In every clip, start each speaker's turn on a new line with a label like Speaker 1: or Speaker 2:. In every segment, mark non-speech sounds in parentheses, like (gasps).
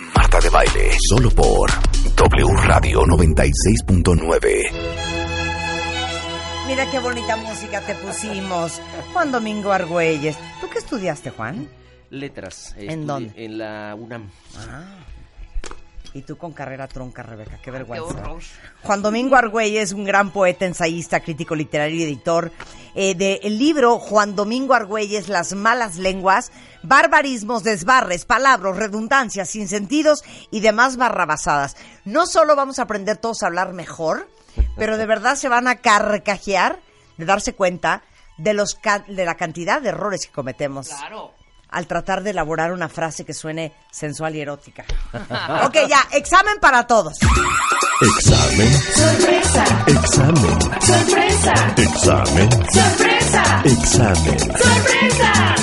Speaker 1: Marta de Baile, solo por W Radio 96.9.
Speaker 2: Mira qué bonita música te pusimos. Juan Domingo Argüelles. ¿Tú qué estudiaste, Juan?
Speaker 3: Letras.
Speaker 2: ¿En
Speaker 3: Estudi-
Speaker 2: dónde?
Speaker 3: En la UNAM.
Speaker 2: Y tú con carrera tronca, Rebeca, qué vergüenza. Juan Domingo Argüelles es un gran poeta, ensayista, crítico literario y editor eh, del libro Juan Domingo Argüelles, Las malas lenguas, barbarismos, desbarres, palabras, redundancias, sinsentidos y demás barrabasadas. No solo vamos a aprender todos a hablar mejor, pero de verdad se van a carcajear de darse cuenta de, los ca- de la cantidad de errores que cometemos. Al tratar de elaborar una frase que suene sensual y erótica. (laughs) Ok, ya, examen para todos.
Speaker 1: Examen,
Speaker 4: Sorpresa,
Speaker 1: examen,
Speaker 4: sorpresa,
Speaker 1: examen,
Speaker 4: sorpresa,
Speaker 1: examen.
Speaker 4: sorpresa.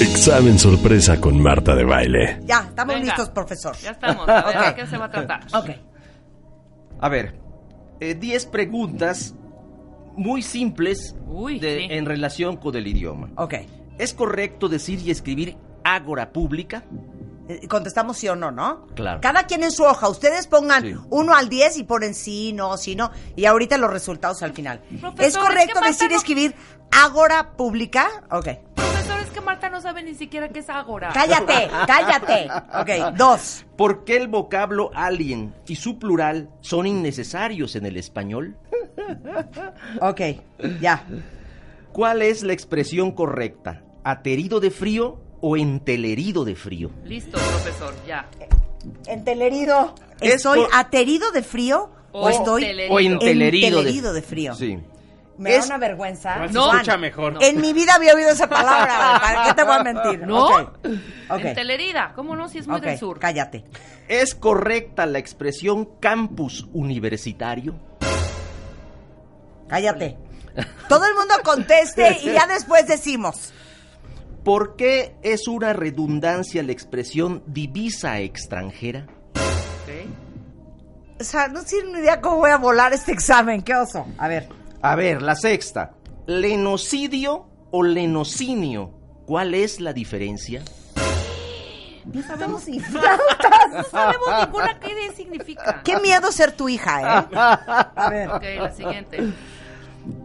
Speaker 1: Examen sorpresa con Marta de Baile.
Speaker 2: Ya, estamos
Speaker 5: Venga.
Speaker 2: listos, profesor.
Speaker 5: Ya estamos, a ver de qué se va a tratar.
Speaker 2: Ok.
Speaker 3: A ver, eh, 10 preguntas muy simples
Speaker 5: Uy,
Speaker 3: de-
Speaker 5: sí.
Speaker 3: en relación con el idioma.
Speaker 2: Ok.
Speaker 3: ¿Es correcto decir y escribir ágora pública?
Speaker 2: Eh, Contestamos sí o no, ¿no?
Speaker 3: Claro.
Speaker 2: Cada quien en su hoja. Ustedes pongan
Speaker 3: Sí.
Speaker 2: 1 al 10 y ponen sí, no, sí, no. Y ahorita los resultados al final.
Speaker 5: Profesor,
Speaker 2: ¿Es
Speaker 5: es que
Speaker 2: correcto
Speaker 5: Marta
Speaker 2: decir y
Speaker 5: no-
Speaker 2: escribir Ágora Pública? Ok.
Speaker 5: Profesor, es que Marta no sabe ni siquiera qué es Ágora.
Speaker 2: Cállate,
Speaker 5: Ah.
Speaker 2: cállate. Ok, dos.
Speaker 3: ¿Por qué el vocablo alien y su plural son innecesarios en el español?
Speaker 2: Ok, ya.
Speaker 3: ¿Cuál es la expresión correcta? ¿Aterido de frío o entelerido de frío?
Speaker 5: Listo, profesor, ya.
Speaker 2: Entelerido.
Speaker 3: Es
Speaker 2: ¿Estoy
Speaker 3: por-
Speaker 2: aterido de frío o,
Speaker 5: O
Speaker 2: estoy
Speaker 5: entelerido.
Speaker 3: O entelerido,
Speaker 2: Entelerido de frío.
Speaker 3: Sí.
Speaker 2: Me da
Speaker 3: Es-
Speaker 2: una vergüenza.
Speaker 5: No.
Speaker 2: Juan,
Speaker 6: Escucha mejor.
Speaker 2: En mi vida había oído esa palabra. güey. ¿Para qué te voy a mentir?
Speaker 5: ¿No?
Speaker 2: Ok. Ok.
Speaker 5: Entelerida, ¿cómo no? Si es muy
Speaker 2: Ok,
Speaker 5: del sur.
Speaker 2: Cállate.
Speaker 3: ¿Es correcta la expresión campus universitario?
Speaker 2: Cállate. Todo el mundo conteste y ya después decimos.
Speaker 3: ¿Por qué es una redundancia la expresión divisa extranjera?
Speaker 5: Ok.
Speaker 2: O sea, no tiene ni idea cómo voy a volar este examen. Qué oso. A ver.
Speaker 3: A ver, la sexta. ¿Lenocidio o lenocinio? ¿Cuál es la diferencia?
Speaker 2: No sabemos
Speaker 5: No sabemos
Speaker 2: (laughs)
Speaker 5: ninguna qué de- significa.
Speaker 2: Qué miedo ser tu hija, ¿eh? A ver.
Speaker 5: Ok, la siguiente.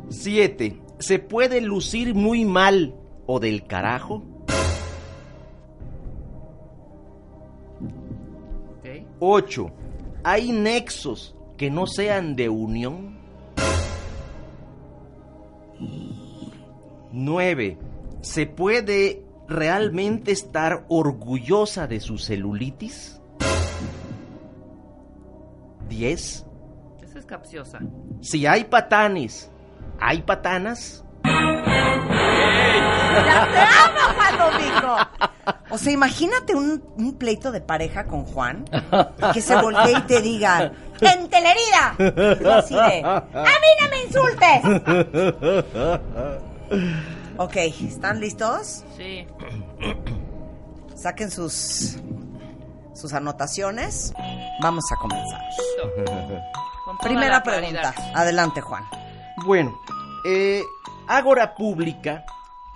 Speaker 3: Siete. ¿Se puede lucir muy mal o del carajo?
Speaker 5: Ok.
Speaker 3: Ocho. ¿Hay nexos que no sean de unión? Nueve. ¿Se puede realmente estar orgullosa de su celulitis? Diez.
Speaker 5: Esa es capciosa.
Speaker 3: Si hay patanes, ¿hay patanas?
Speaker 2: Juan Domingo. O sea, imagínate un, un pleito de pareja con Juan que se voltee y te diga, ¡Entelerida! Y así de, ¡A mí no me insultes! Ok, ¿están listos?
Speaker 5: Sí.
Speaker 2: Saquen sus, sus anotaciones. Vamos a comenzar.
Speaker 5: Listo. Con toda
Speaker 2: Primera
Speaker 5: la
Speaker 2: pregunta.
Speaker 5: claridad.
Speaker 2: Adelante, Juan.
Speaker 3: Bueno, eh, Ágora Pública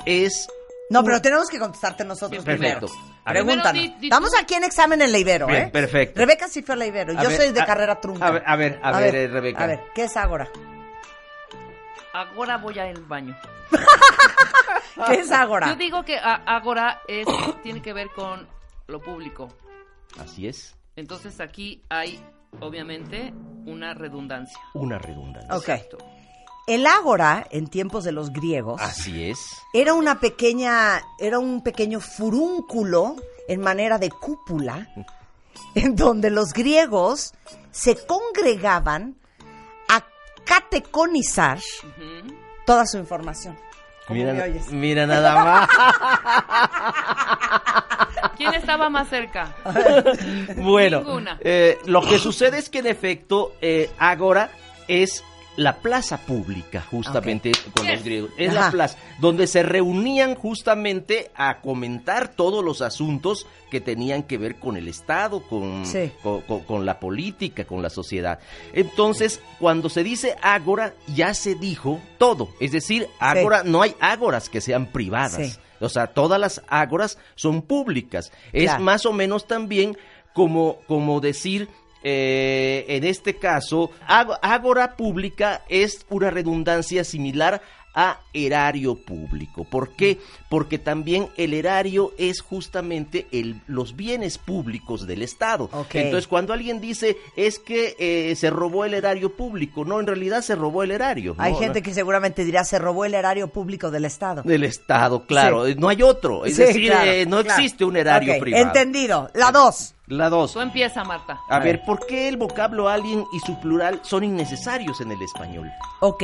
Speaker 3: es...
Speaker 2: No, pero tenemos que contestarte nosotros
Speaker 3: Perfecto.
Speaker 2: primero.
Speaker 3: A ver.
Speaker 2: Pregúntanos.
Speaker 5: Primero di- di
Speaker 2: Estamos
Speaker 5: tú.
Speaker 2: aquí en examen en la Ibero,
Speaker 3: Bien,
Speaker 2: ¿eh?
Speaker 3: perfecto.
Speaker 2: Rebeca sí fue a la Ibero.
Speaker 3: A
Speaker 2: Yo
Speaker 3: ver,
Speaker 2: soy de
Speaker 3: a-
Speaker 2: carrera trunca.
Speaker 3: A ver, a ver, a ver, eh, Rebeca.
Speaker 2: A ver, ¿qué es Ágora?
Speaker 5: Agora voy al baño.
Speaker 3: Ah,
Speaker 2: ¿Qué es Ágora?
Speaker 5: Yo digo que a- Agora es, tiene que ver con lo público.
Speaker 3: Así es,
Speaker 5: Entonces aquí hay, obviamente, una redundancia.
Speaker 3: una redundancia.
Speaker 2: Ok. El Ágora, en tiempos de los griegos,
Speaker 3: Así es.
Speaker 2: era una pequeña, era un pequeño furúnculo en manera de cúpula,
Speaker 3: Mm.
Speaker 2: en donde los griegos se congregaban a cateconizar
Speaker 5: Ujú.
Speaker 2: toda su información. ¿Cómo
Speaker 3: Mira,
Speaker 2: me oyes?
Speaker 3: mira nada más.
Speaker 5: ¿Quién estaba más cerca?
Speaker 3: Bueno,
Speaker 5: Ninguna.
Speaker 3: eh, lo que sucede es que en efecto, eh, Ágora es la plaza pública, justamente con los griegos. Es
Speaker 2: Ajá.
Speaker 3: la plaza donde se reunían justamente a comentar todos los asuntos que tenían que ver con el Estado, con,
Speaker 2: Sí.
Speaker 3: con, con- con la política, con la sociedad. Entonces, cuando se dice Ágora, ya se dijo todo. Es decir, Ágora, no hay Ágoras que sean privadas.
Speaker 2: Sí.
Speaker 3: O sea, todas las ágoras son públicas. Es
Speaker 2: Claro.
Speaker 3: más o menos también como, como decir, eh, en este caso, ágo- ágora pública es una redundancia similar a erario público. ¿Por qué? Porque también el erario es justamente el, los bienes públicos del Estado.
Speaker 2: Ok.
Speaker 3: Entonces, cuando alguien dice es que eh, se robó el erario público, no, en realidad se robó el erario.
Speaker 2: Hay
Speaker 3: ¿no?
Speaker 2: gente que seguramente dirá, se robó el erario público del Estado.
Speaker 3: Del Estado, claro.
Speaker 2: Sí.
Speaker 3: No hay otro. Es
Speaker 2: Sí,
Speaker 3: decir,
Speaker 2: claro,
Speaker 3: eh, no
Speaker 2: claro.
Speaker 3: existe un erario
Speaker 2: Ok,
Speaker 3: privado.
Speaker 2: Entendido. La dos.
Speaker 3: La dos.
Speaker 5: Tú empieza, Marta.
Speaker 3: A ver, ¿por qué el vocablo alien y su plural son innecesarios en el español?
Speaker 2: Ok.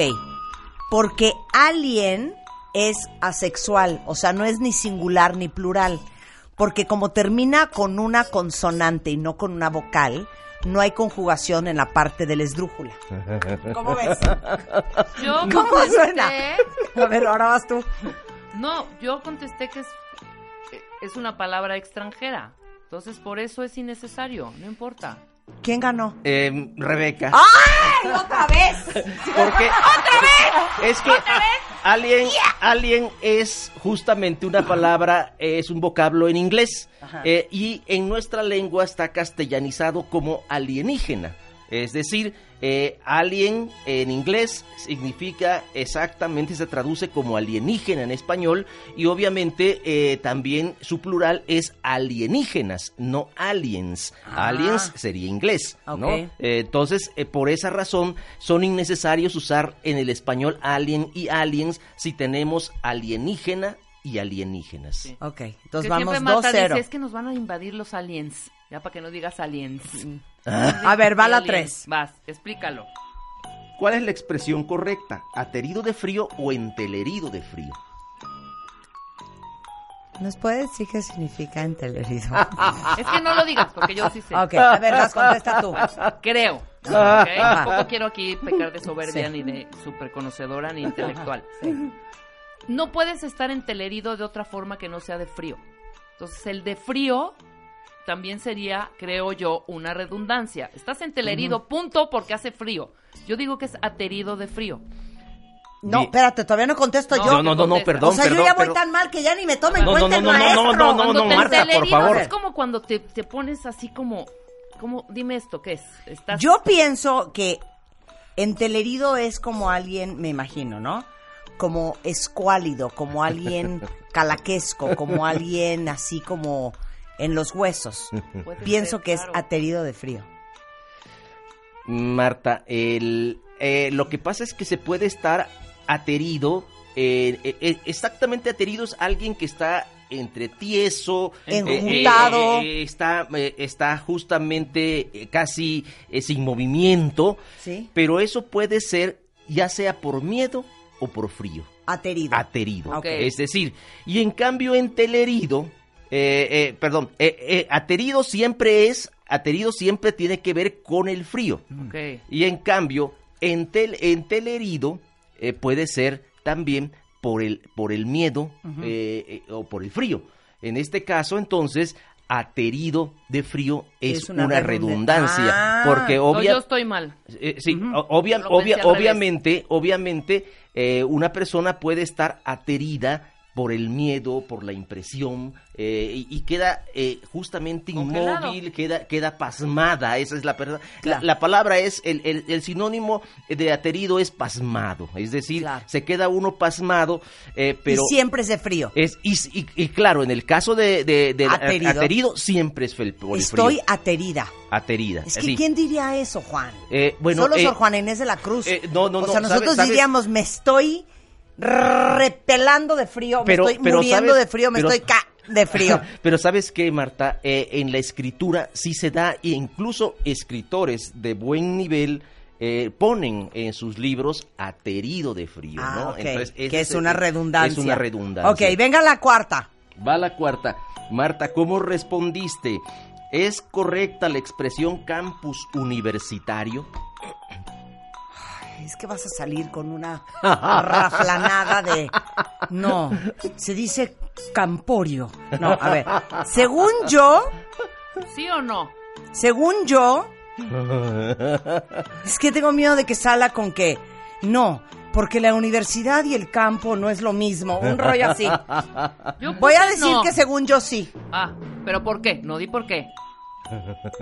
Speaker 2: Porque alien es asexual, o sea, no es ni singular ni plural. Porque como termina con una consonante y no con una vocal, no hay conjugación en la parte de la
Speaker 3: (laughs)
Speaker 2: esdrújula. ¿Cómo ves?
Speaker 5: Yo
Speaker 2: ¿Cómo
Speaker 5: contesté-
Speaker 2: suena? A ver, ahora vas tú.
Speaker 5: No, yo contesté que es, eh, es una palabra extranjera. Entonces, por eso es innecesario. No importa.
Speaker 2: ¿Quién ganó?
Speaker 3: Eh, Rebeca.
Speaker 2: ¡Ay, otra vez!
Speaker 3: Porque ¡Otra vez! Es que alien, alien es justamente una palabra, eh, es un vocablo en inglés. eh, y en nuestra lengua está castellanizado como alienígena. Es decir, eh, alien en inglés significa exactamente, se traduce como alienígena en español. Y obviamente eh, también su plural es alienígenas, no aliens.
Speaker 2: Ah.
Speaker 3: Aliens sería inglés, ¿no?
Speaker 2: Ok.
Speaker 3: Eh, entonces, eh, por esa razón, son innecesarios usar en el español alien y aliens si tenemos alienígena y alienígenas.
Speaker 5: Sí.
Speaker 2: Ok, entonces
Speaker 5: que
Speaker 2: vamos
Speaker 5: siempre Marta dice, es
Speaker 2: 2-0.
Speaker 5: que nos van a invadir los aliens. Ya para que no digas aliens.
Speaker 2: Ah. A ver, va la 3.
Speaker 5: Aliens. Vas, explícalo.
Speaker 3: ¿Cuál es la expresión correcta? ¿Aterido de frío o entelerido de frío?
Speaker 2: ¿Nos puedes decir qué significa entelerido?
Speaker 5: Es que no lo digas, porque yo sí sé.
Speaker 2: Ah, ok, a ver, las contesta tú.
Speaker 5: (laughs) Creo. ¿ok? Tampoco quiero aquí pecar de soberbia,
Speaker 2: Ah. Sí.
Speaker 5: ni de superconocedora, ni intelectual. No puedes estar entelerido de otra forma que no sea de frío. Entonces, el de frío también sería, creo yo, una redundancia. Estás entelerido, punto, porque hace frío. Yo digo que es aterido de frío.
Speaker 2: No,
Speaker 3: Di-
Speaker 2: espérate, todavía no contesto yo.
Speaker 3: No, no, no, no,
Speaker 5: contesta.
Speaker 3: perdón,
Speaker 2: o sea, yo
Speaker 3: perdón,
Speaker 2: ya voy
Speaker 3: pero-
Speaker 2: tan mal que ya ni me toma en
Speaker 3: No, no,
Speaker 2: cuenta
Speaker 3: no,
Speaker 2: el
Speaker 3: no, no,
Speaker 2: maestro.
Speaker 3: no, no,
Speaker 5: Cuando
Speaker 3: no,
Speaker 5: te
Speaker 3: Marta, por
Speaker 5: entelerido,
Speaker 3: favor.
Speaker 5: Es como cuando te, te pones así como, como, dime esto, ¿qué es? Estás
Speaker 2: Yo pienso que entelerido es como alguien, me imagino, ¿no? Como escuálido, como
Speaker 3: (laughs)
Speaker 2: alguien calaquesco, como alguien así como en los huesos.
Speaker 3: (laughs)
Speaker 5: Puede
Speaker 2: Pienso
Speaker 5: ser,
Speaker 2: que es
Speaker 5: claro.
Speaker 2: aterido de frío.
Speaker 3: Marta, el, eh, lo que pasa es que se puede estar aterido. eh, eh, eh, exactamente aterido es alguien que está entre tieso, eh,
Speaker 2: Enjuntado.
Speaker 3: eh, eh, está, eh, está justamente eh, casi eh, sin movimiento.
Speaker 2: ¿Sí?
Speaker 3: Pero eso puede ser ya sea por miedo o por frío
Speaker 2: Aterido.
Speaker 3: Ah, aterido.
Speaker 2: Ok.
Speaker 3: Es decir, y en cambio entelerido, eh, eh, perdón, eh, eh, aterido siempre es, aterido siempre tiene que ver con el frío.
Speaker 5: Ok.
Speaker 3: Y en cambio, entel, entelerido eh, puede ser también por el, por el miedo eh, eh, o por el frío. En este caso, entonces, aterido de frío es,
Speaker 2: Es una
Speaker 3: una,
Speaker 2: redunda-
Speaker 3: redundancia.
Speaker 2: Ah.
Speaker 3: porque
Speaker 5: No,
Speaker 3: obviamente...
Speaker 5: yo estoy mal.
Speaker 3: Eh, sí,
Speaker 2: Ujú.
Speaker 3: o- obvia-
Speaker 5: Lo pensé
Speaker 3: obvia-
Speaker 5: al revés.
Speaker 3: obviamente, obviamente, eh, una persona puede estar aterida por el miedo, por la impresión, eh, y, y queda eh, justamente
Speaker 5: Congelado.
Speaker 3: inmóvil, queda, queda pasmada, esa es la verdad. La,
Speaker 2: Claro.
Speaker 3: la palabra es, el, el- el sinónimo de aterido es pasmado, es decir,
Speaker 2: Claro.
Speaker 3: se queda uno pasmado, eh, pero...
Speaker 2: Y siempre es de frío.
Speaker 3: Es, y, y- y claro, en el caso de, de- del
Speaker 2: Aterido.
Speaker 3: aterido. siempre es fel- por el frío,
Speaker 2: Estoy aterida.
Speaker 3: aterida.
Speaker 2: Es que
Speaker 3: sí.
Speaker 2: ¿quién diría eso, Juan?
Speaker 3: Eh, bueno,
Speaker 2: Solo
Speaker 3: eh,
Speaker 2: Sor Juana Inés de la Cruz.
Speaker 3: eh, no, no,
Speaker 2: o
Speaker 3: no,
Speaker 2: sea,
Speaker 3: ¿sabe-
Speaker 2: nosotros
Speaker 3: sabe?
Speaker 2: diríamos, me estoy repelando de frío,
Speaker 3: Pero-
Speaker 2: me estoy
Speaker 3: pero,
Speaker 2: muriendo
Speaker 3: ¿sabes?
Speaker 2: de frío, me
Speaker 3: Pero-
Speaker 2: estoy ca de frío.
Speaker 3: (laughs)
Speaker 2: (laughs)
Speaker 3: Pero sabes qué, Marta, Eh, en la escritura sí se da, e incluso escritores de buen nivel eh, ponen en sus libros aterido de frío,
Speaker 2: Ah,
Speaker 3: ¿no?
Speaker 2: ok.
Speaker 3: Entonces, ese
Speaker 2: que es una redundancia.
Speaker 3: Es una redundancia.
Speaker 2: Ok, venga la cuarta.
Speaker 3: Va la cuarta. Marta, ¿cómo respondiste? ¿Es correcta la expresión campus universitario?
Speaker 2: Es que vas a salir con una (laughs) raflanada de. No, se dice camporio. No, a ver. Según yo,
Speaker 5: ¿Sí o no?
Speaker 2: según
Speaker 3: (laughs)
Speaker 2: yo, es que tengo miedo de que salga con que no, porque la universidad y el campo no es lo mismo. Un rollo así.
Speaker 5: Yo
Speaker 2: Voy a
Speaker 5: puse
Speaker 2: decir
Speaker 5: no.
Speaker 2: que según yo sí.
Speaker 5: Ah, ¿pero por qué? No di por qué.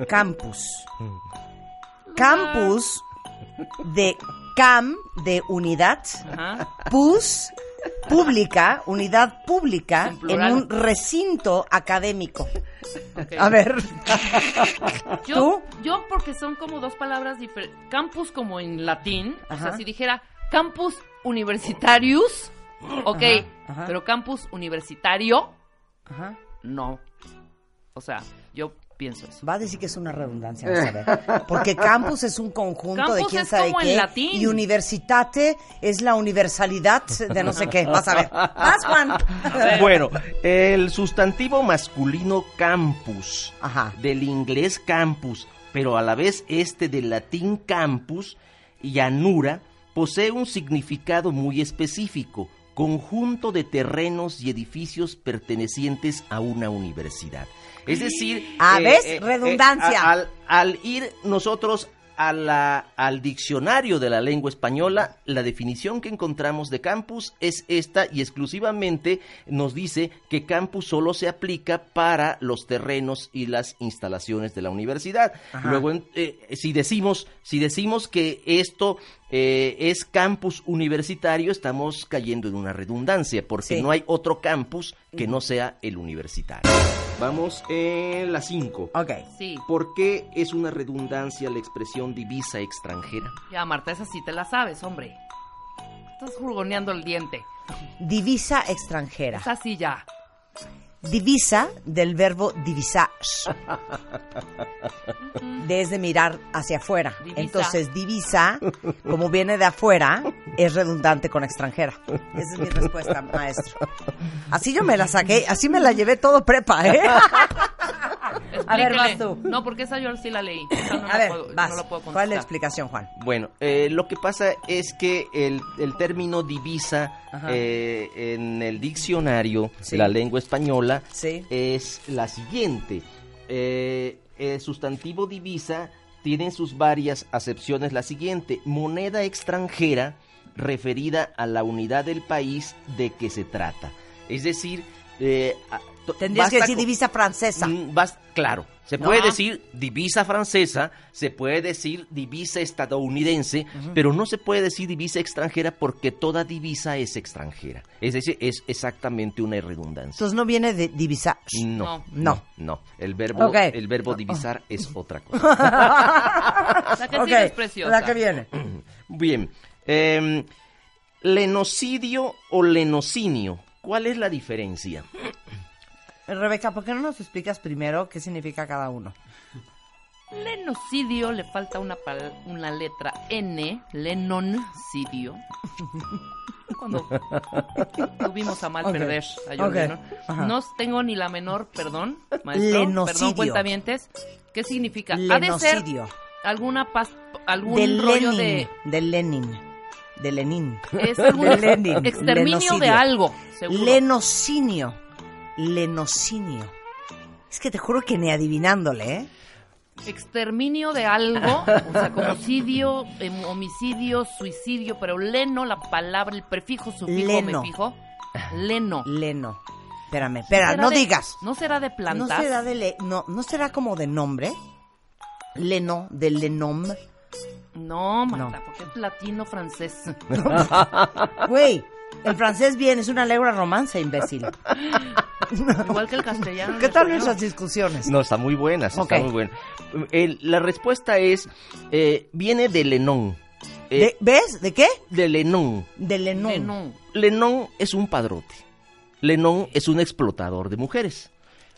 Speaker 2: Campus. Campus de cam de unidad.
Speaker 5: Ajá.
Speaker 2: PUS pública, unidad pública
Speaker 5: En
Speaker 2: en
Speaker 5: plural.
Speaker 2: un recinto académico.
Speaker 5: ok.
Speaker 2: (laughs) A ver,
Speaker 5: Yo, yo porque son como dos palabras diferentes. Campus como en latín, o sea,
Speaker 2: Ajá.
Speaker 5: si dijera campus
Speaker 2: (gasps)
Speaker 5: universitarius, ok,
Speaker 2: Ajá, ajá.
Speaker 5: pero campus universitario,
Speaker 2: Ajá.
Speaker 5: no. O sea, yo pienso eso.
Speaker 2: va a decir que es una redundancia, vas a ver. Porque campus es un conjunto de
Speaker 5: Campus
Speaker 2: quién
Speaker 5: es
Speaker 2: sabe
Speaker 5: como en
Speaker 2: qué
Speaker 5: latín.
Speaker 2: y universitate es la universalidad de no sé qué, vas a ver. Vas, Juan.
Speaker 3: Bueno, el sustantivo masculino campus,
Speaker 2: Ajá.
Speaker 3: del inglés campus, pero a la vez este del latín campus, llanura, posee un significado muy específico, conjunto de terrenos y edificios pertenecientes a una universidad. Es decir, eh,
Speaker 2: Ah, ¿ves? Redundancia.
Speaker 3: a- al, al ir nosotros a la- al diccionario de la lengua española, la definición que encontramos de campus es esta y exclusivamente nos dice que campus solo se aplica para los terrenos y las instalaciones de la universidad.
Speaker 2: Ajá.
Speaker 3: Luego, en- eh, si decimos, si decimos que esto eh, es campus universitario, estamos cayendo en una redundancia porque
Speaker 2: Sí.
Speaker 3: no hay otro campus que no sea el universitario. Vamos en la 5.
Speaker 2: Ok.
Speaker 5: Sí,
Speaker 3: ¿Por qué es una redundancia la expresión divisa extranjera?
Speaker 5: ya Marta, esa sí te la sabes, hombre. Estás furgoneando el diente.
Speaker 2: Divisa extranjera.
Speaker 5: Esa sí ya.
Speaker 2: Divisa del verbo divisar. Desde mirar hacia afuera.
Speaker 5: Divisa.
Speaker 2: Entonces, divisa, como viene de afuera, es redundante con extranjera. Esa es mi respuesta, maestro. Así yo me la saqué, así me la llevé todo prepa, ¿eh? A ver,
Speaker 5: Explíquele.
Speaker 2: vas tú.
Speaker 5: No, porque esa yo sí la leí. Esa no
Speaker 2: (laughs) A
Speaker 5: la
Speaker 2: ver,
Speaker 5: puedo-
Speaker 2: vas.
Speaker 5: no la
Speaker 2: ¿Cuál
Speaker 5: puedo
Speaker 2: es la
Speaker 5: contestar.
Speaker 2: explicación, Juan?
Speaker 3: Bueno, eh, lo que pasa es que el, el término divisa
Speaker 2: Ajá.
Speaker 3: eh, en el diccionario
Speaker 2: Sí.
Speaker 3: de la lengua española
Speaker 2: Sí.
Speaker 3: es la siguiente. Eh, el sustantivo divisa tiene en sus varias acepciones la siguiente. Moneda extranjera referida a la unidad del país de que se trata. Es decir... eh, a- to-
Speaker 2: Tendrías que
Speaker 3: basta
Speaker 2: decir
Speaker 3: con-
Speaker 2: divisa francesa.
Speaker 3: Mm, vas- claro, se
Speaker 5: No.
Speaker 3: puede decir divisa francesa, se puede decir divisa estadounidense, pero no se puede decir divisa extranjera porque toda divisa es extranjera. Es decir, es exactamente una redundancia.
Speaker 2: Entonces no viene de divisar.
Speaker 5: Mm.
Speaker 3: No,
Speaker 2: No.
Speaker 3: no, no. El verbo,
Speaker 2: Ok.
Speaker 3: el verbo divisar es otra cosa.
Speaker 5: La
Speaker 2: (laughs)
Speaker 5: que
Speaker 2: Ok,
Speaker 5: sigue es preciosa.
Speaker 2: la que viene.
Speaker 3: Bien, em, lenocidio o lenocinio, ¿cuál es la diferencia?
Speaker 2: Rebeca, ¿por qué no nos explicas primero qué significa cada uno?
Speaker 5: Lenocidio le falta una, pal- una letra N, lenoncidio.
Speaker 2: (laughs)
Speaker 5: Cuando tuvimos a mal
Speaker 2: Ok,
Speaker 5: perder a John
Speaker 2: ok,
Speaker 5: Lennon.
Speaker 2: ajá.
Speaker 5: No tengo ni la menor, perdón, maestro,
Speaker 2: Lenocidio.
Speaker 5: perdón, cuentavientes. ¿Qué significa? Ha de ser
Speaker 2: Lenocidio.
Speaker 5: alguna pas- algún
Speaker 2: De
Speaker 5: rollo
Speaker 2: Lenin.
Speaker 5: de
Speaker 2: De Lenin. De Lenin.
Speaker 5: es algún
Speaker 2: (laughs) De Lenin.
Speaker 5: exterminio de
Speaker 2: Lenocidio.
Speaker 5: algo, seguro.
Speaker 2: Lenocinio. Lenocinio. Es que te juro que ni adivinándole, ¿eh?
Speaker 5: exterminio de algo, o sea, como sidio, em, homicidio, suicidio, pero leno, la palabra, el prefijo, sufijo,
Speaker 2: Leno.
Speaker 5: me fijo. Leno.
Speaker 2: Leno. Espérame, espera,
Speaker 5: ¿Será
Speaker 2: no
Speaker 5: de-
Speaker 2: digas.
Speaker 5: ¿No será de
Speaker 2: ¿No
Speaker 5: plantas?
Speaker 2: será, de le- no, ¿No será como de nombre? Leno, de Lenom.
Speaker 5: No, Marta,
Speaker 2: No.
Speaker 5: porque es latino francés.
Speaker 2: (laughs) Güey, el francés bien, es una lengua romance,
Speaker 5: (laughs)
Speaker 2: imbécil.
Speaker 5: Igual que el castellano.
Speaker 2: ¿Qué
Speaker 5: el
Speaker 2: tal
Speaker 5: español.
Speaker 2: nuestras discusiones?
Speaker 3: No, está muy buena, sí,
Speaker 2: Ok.
Speaker 3: está muy buena. El- la respuesta es, eh, viene de Lenón. Eh,
Speaker 2: De- ¿Ves? ¿De qué?
Speaker 3: de Lenón.
Speaker 2: De Lenom.
Speaker 5: Leno.
Speaker 3: Lenón es un padrote. Lenón es un explotador de mujeres.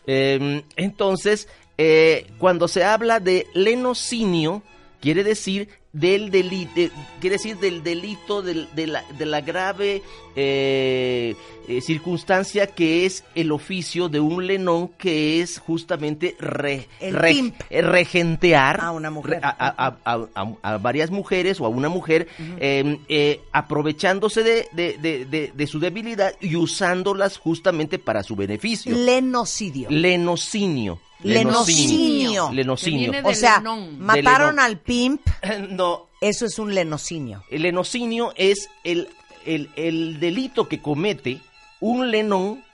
Speaker 3: Eh, entonces, eh, cuando se habla de lenocinio, quiere decir del delito, quiere decir del delito, del- de, la, de la grave eh, eh, circunstancia que es el oficio de un lenón que es justamente re-
Speaker 2: El
Speaker 3: re-
Speaker 2: pimp. Ah,
Speaker 3: eh, regentear
Speaker 2: A una mujer.
Speaker 3: re- a, a- a- a- a varias mujeres o a una mujer eh, eh, aprovechándose de, de- de- de- de su debilidad y usándolas justamente para su beneficio.
Speaker 2: Lenocidio.
Speaker 3: Lenocinio.
Speaker 2: Lenocinio.
Speaker 5: Que
Speaker 3: Lenocinio.
Speaker 5: viene de
Speaker 2: O sea,
Speaker 5: lenón.
Speaker 2: mataron
Speaker 3: De
Speaker 2: al pimp,
Speaker 3: (laughs) No,
Speaker 2: eso es un lenocinio.
Speaker 3: el lenocinio es el, el, el delito que comete un lenón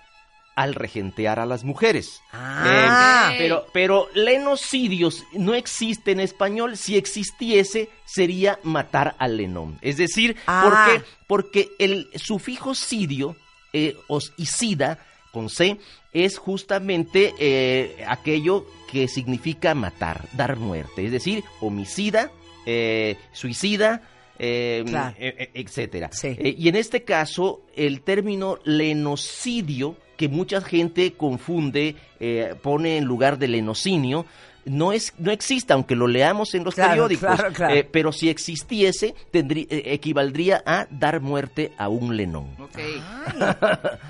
Speaker 3: al regentear a las mujeres.
Speaker 2: Ah.
Speaker 3: Eh, pero, pero lenocidios no existe en español. Si existiese, sería matar al lenón. Es decir,
Speaker 2: Ah.
Speaker 3: porque, porque el sufijo sidio eh, os- y sida con C es justamente eh, aquello que significa matar, dar muerte. Es decir, homicida, eh, suicida. eh,
Speaker 2: Claro.
Speaker 3: eh, eh, etcétera.
Speaker 2: Sí.
Speaker 3: Eh, y en este caso, el término lenocidio, que mucha gente confunde, eh, pone en lugar de lenocinio, no es, no existe, aunque lo leamos en los
Speaker 2: Claro,
Speaker 3: periódicos.
Speaker 2: claro, claro.
Speaker 3: Eh, pero si existiese, tendría, equivaldría a dar muerte a un lenón.
Speaker 5: Ok.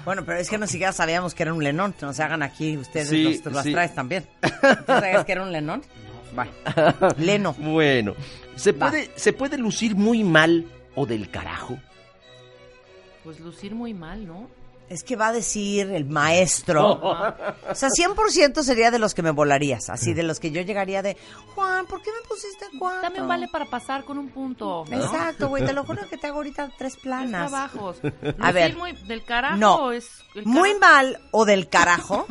Speaker 2: Bueno, pero es que no siquiera sabíamos que era un lenón. No se hagan aquí ustedes
Speaker 3: Sí,
Speaker 2: los, las
Speaker 3: sí.
Speaker 2: traes también. ¿Tú sabías que era un lenón? Va. Leno.
Speaker 3: Bueno, ¿se
Speaker 2: Va.
Speaker 3: puede, se puede lucir muy mal o del carajo.
Speaker 5: Pues lucir muy mal, ¿no? Ah,
Speaker 2: Es que va a decir el maestro. O sea, 100% sería de los que me volarías. Así de los que yo llegaría de, Juan, ¿por qué me pusiste cuatro?
Speaker 5: También vale para pasar con un punto. ¿no?
Speaker 2: Exacto, güey. Te lo juro que te hago ahorita tres
Speaker 5: Tres
Speaker 2: planas.
Speaker 5: trabajos.
Speaker 2: A
Speaker 5: Lucir
Speaker 2: ver.
Speaker 5: muy del carajo
Speaker 2: No.
Speaker 5: es el
Speaker 2: Muy
Speaker 5: carajo.
Speaker 2: mal o del carajo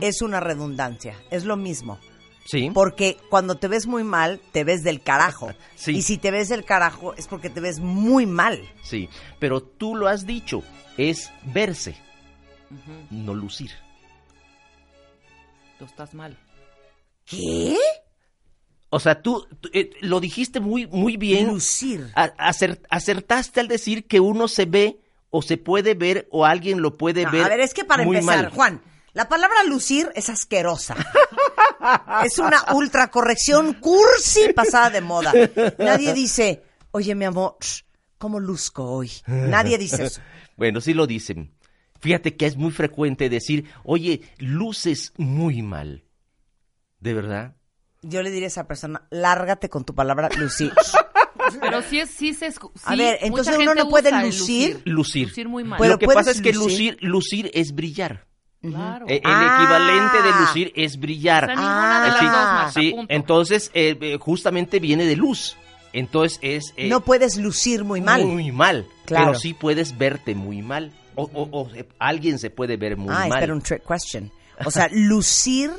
Speaker 2: es una redundancia. Es lo mismo.
Speaker 3: Sí.
Speaker 2: Porque cuando te ves muy mal, te ves del carajo.
Speaker 3: (laughs) Sí.
Speaker 2: Y si te ves del carajo, es porque te ves muy mal.
Speaker 3: Sí, pero tú lo has dicho, es verse,
Speaker 5: Ujú,
Speaker 3: no lucir.
Speaker 5: Tú estás mal.
Speaker 2: ¿Qué?
Speaker 3: O sea, tú, tú, eh, lo dijiste muy, muy bien.
Speaker 2: Lucir.
Speaker 3: A- acer- acertaste al decir que uno se ve o se puede ver o alguien lo puede
Speaker 2: No,
Speaker 3: ver.
Speaker 2: a ver, es que para
Speaker 3: muy
Speaker 2: empezar,
Speaker 3: mal.
Speaker 2: Juan, la palabra lucir es asquerosa. (laughs) es una ultracorrección cursi pasada de moda. Nadie dice, oye, mi amor, ¿cómo luzco hoy? Nadie dice eso.
Speaker 3: Bueno, sí lo dicen. Fíjate que es muy frecuente decir, oye, luces muy mal. ¿De verdad?
Speaker 2: Yo le diría a esa persona, lárgate con tu palabra lucir.
Speaker 3: (laughs)
Speaker 5: Pero sí, es, sí se escu-
Speaker 2: A
Speaker 5: sí,
Speaker 2: ver,
Speaker 5: mucha
Speaker 2: entonces uno
Speaker 5: gente
Speaker 2: no puede
Speaker 5: usa el
Speaker 2: lucir.
Speaker 3: Lucir.
Speaker 5: Lucir muy mal.
Speaker 2: Pero
Speaker 3: lo que
Speaker 2: puedes
Speaker 3: pasa es que
Speaker 2: lucir.
Speaker 3: lucir, lucir es brillar.
Speaker 5: claro.
Speaker 3: Eh, el
Speaker 2: Ah.
Speaker 3: equivalente de lucir es
Speaker 5: O sea,
Speaker 3: brillar.
Speaker 5: ninguna de las
Speaker 3: Sí,
Speaker 5: dos, Marta,
Speaker 3: sí,
Speaker 5: punto.
Speaker 3: entonces eh, eh, justamente viene de luz. Entonces es eh,
Speaker 2: no puedes lucir muy mal.
Speaker 3: Muy mal.
Speaker 2: Claro.
Speaker 3: Pero sí puedes verte muy mal. O, o- o, eh, alguien se puede ver muy
Speaker 2: ah,
Speaker 3: mal.
Speaker 2: espera, un trick question. O sea, lucir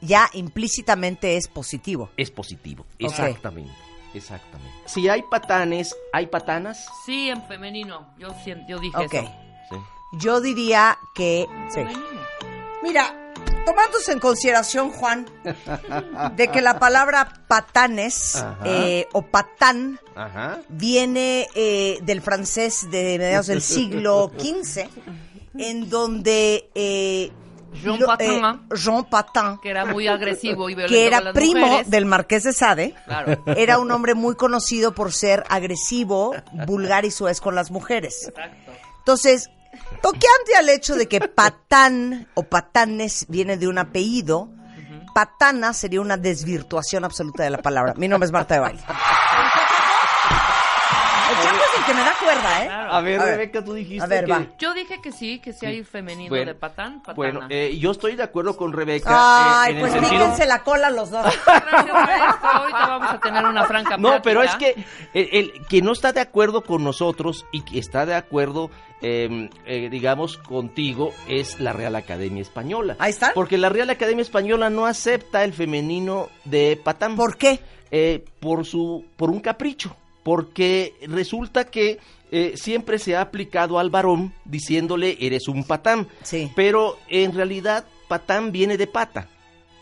Speaker 2: ya implícitamente es positivo.
Speaker 3: Es positivo.
Speaker 2: Ok.
Speaker 3: Exactamente. Exactamente. Si hay patanes, hay patanas.
Speaker 5: Sí, en femenino. Yo, sien- yo dije
Speaker 2: Ok.
Speaker 5: eso.
Speaker 3: Sí.
Speaker 2: Yo diría que... Sí.
Speaker 5: Femenino.
Speaker 2: Mira, tomándose en consideración, Juan, de que la palabra patanes
Speaker 3: Ajá.
Speaker 2: eh, o patán
Speaker 3: Ajá.
Speaker 2: viene eh, del francés de mediados del siglo XV, en donde eh,
Speaker 5: Jean
Speaker 2: lo-
Speaker 5: Patin,
Speaker 2: eh, Jean Patin,
Speaker 5: Que era muy agresivo y
Speaker 2: (laughs)
Speaker 5: violento
Speaker 2: que
Speaker 5: con
Speaker 2: era
Speaker 5: las
Speaker 2: primo
Speaker 5: mujeres.
Speaker 2: del marqués de Sade,
Speaker 5: Claro.
Speaker 2: era un hombre muy conocido por ser agresivo, vulgar y suez con las mujeres.
Speaker 5: Exacto.
Speaker 2: Entonces, toqueante al hecho de que patán o patanes viene de un apellido, patana sería una desvirtuación absoluta de la palabra. Mi nombre es Marta de Baile. El tiempo es el que me da cuerda, ¿eh?
Speaker 3: A ver,
Speaker 2: A ver.
Speaker 3: Rebeca, tú dijiste
Speaker 2: A ver,
Speaker 3: que...
Speaker 2: va.
Speaker 5: Yo dije que sí, que sí hay femenino de patán, patana.
Speaker 3: Bueno, eh, yo estoy de acuerdo con Rebeca. eh,
Speaker 2: Ay,
Speaker 3: en el
Speaker 2: pues
Speaker 3: sentido-
Speaker 2: píquense la cola los dos.
Speaker 5: Gracias por esto. Ahorita vamos a tener una franca
Speaker 3: No, pero es
Speaker 5: plática.
Speaker 3: que el, el que no está de acuerdo con nosotros y que está de acuerdo, eh, eh, digamos, contigo es la Real Academia Española.
Speaker 2: Ahí está.
Speaker 3: Porque la Real Academia Española no acepta el femenino de patán.
Speaker 2: ¿Por qué?
Speaker 3: eh, por su por un capricho porque resulta que eh, siempre se ha aplicado al varón diciéndole eres un patán
Speaker 2: Sí.
Speaker 3: pero en realidad patán viene de pata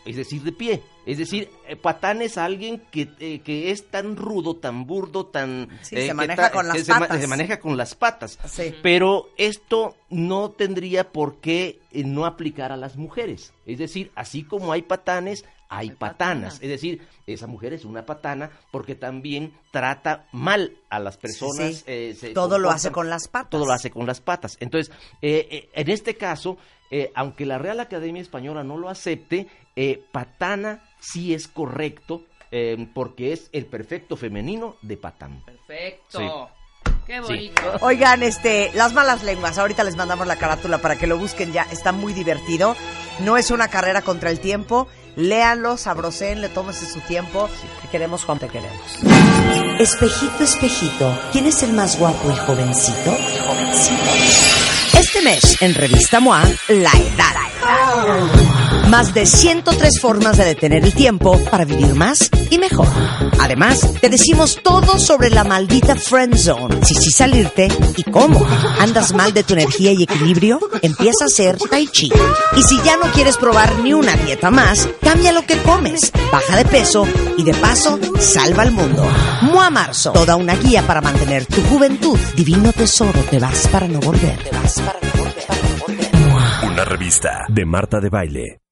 Speaker 3: es decir de pie es decir eh, patán es alguien que, eh, que es tan rudo tan burdo tan eh,
Speaker 2: Sí, se
Speaker 3: que
Speaker 2: maneja con las
Speaker 3: que se ma-
Speaker 2: patas.
Speaker 3: se maneja con las patas
Speaker 2: Sí.
Speaker 3: pero esto no tendría por qué eh, no aplicar a las mujeres. Es decir, así como hay patanes, hay
Speaker 5: Hay
Speaker 3: patanas.
Speaker 5: patanas.
Speaker 3: Es decir, esa mujer es una patana porque también trata mal a las personas.
Speaker 7: sí.
Speaker 3: eh, se
Speaker 7: Todo lo
Speaker 3: comporta-
Speaker 7: hace con las patas.
Speaker 3: Todo lo hace con las patas. Entonces, eh, eh, en este caso, eh, aunque la Real Academia Española no lo acepte, eh, patana sí es correcto eh, porque es el perfecto femenino de patán.
Speaker 5: Perfecto. Qué bonito.
Speaker 7: Oigan, este, las malas lenguas, ahorita les mandamos la carátula para que lo busquen ya, está muy divertido. No es una carrera contra el tiempo. Léanlo, sabroseen, le tómese su tiempo.
Speaker 8: Te queremos, Juan, te queremos.
Speaker 2: Espejito, espejito, ¿quién es el más guapo, el jovencito? El jovencito. Este mes, en Revista MOA, la edad. Más de 103 formas de detener el tiempo para vivir más y mejor. Además, te decimos todo sobre la maldita friend zone. Si sí salirte y cómo. ¿Andas mal de tu energía y equilibrio? Empieza a hacer tai chi. Y si ya no quieres probar ni una dieta más, cambia lo que comes, baja de peso y de paso salva al mundo. Mua Marzo, toda una guía para mantener tu juventud. Divino tesoro, te vas para no volver. Te vas para no volver.
Speaker 1: Una revista de Marta de Baile.